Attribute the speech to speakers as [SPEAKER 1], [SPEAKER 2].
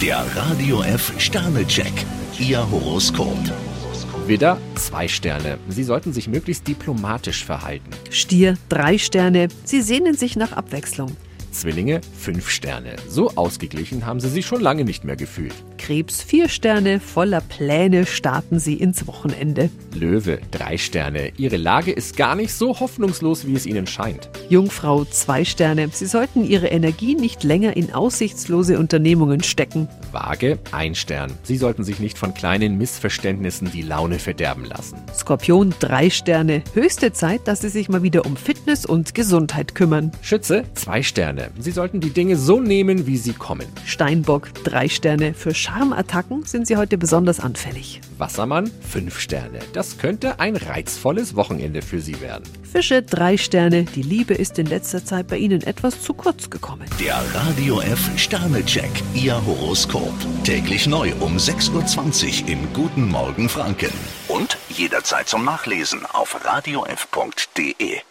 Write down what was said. [SPEAKER 1] Der Radio F Sternecheck, Ihr Horoskop.
[SPEAKER 2] Widder, zwei Sterne. Sie sollten sich möglichst diplomatisch verhalten.
[SPEAKER 3] Stier, drei Sterne. Sie sehnen sich nach Abwechslung.
[SPEAKER 2] Zwillinge, fünf Sterne. So ausgeglichen haben sie sich schon lange nicht mehr gefühlt.
[SPEAKER 3] Krebs, vier Sterne. Voller Pläne starten Sie ins Wochenende.
[SPEAKER 2] Löwe, drei Sterne. Ihre Lage ist gar nicht so hoffnungslos, wie es ihnen scheint.
[SPEAKER 3] Jungfrau, zwei Sterne. Sie sollten Ihre Energie nicht länger in aussichtslose Unternehmungen stecken.
[SPEAKER 2] Waage, ein Stern. Sie sollten sich nicht von kleinen Missverständnissen die Laune verderben lassen.
[SPEAKER 3] Skorpion, drei Sterne. Höchste Zeit, dass Sie sich mal wieder um Fitness und Gesundheit kümmern.
[SPEAKER 2] Schütze, zwei Sterne. Sie sollten die Dinge so nehmen, wie sie kommen.
[SPEAKER 3] Steinbock, drei Sterne. Für Charmattacken sind Sie heute besonders anfällig.
[SPEAKER 2] Wassermann, fünf Sterne. Das könnte ein reizvolles Wochenende für sie werden.
[SPEAKER 3] Fische, drei Sterne. Die Liebe ist in letzter Zeit bei Ihnen etwas zu kurz gekommen.
[SPEAKER 1] Der Radio F Sternecheck, Ihr Horoskop. Täglich neu um 6.20 Uhr im Guten Morgen Franken. Und jederzeit zum Nachlesen auf radiof.de.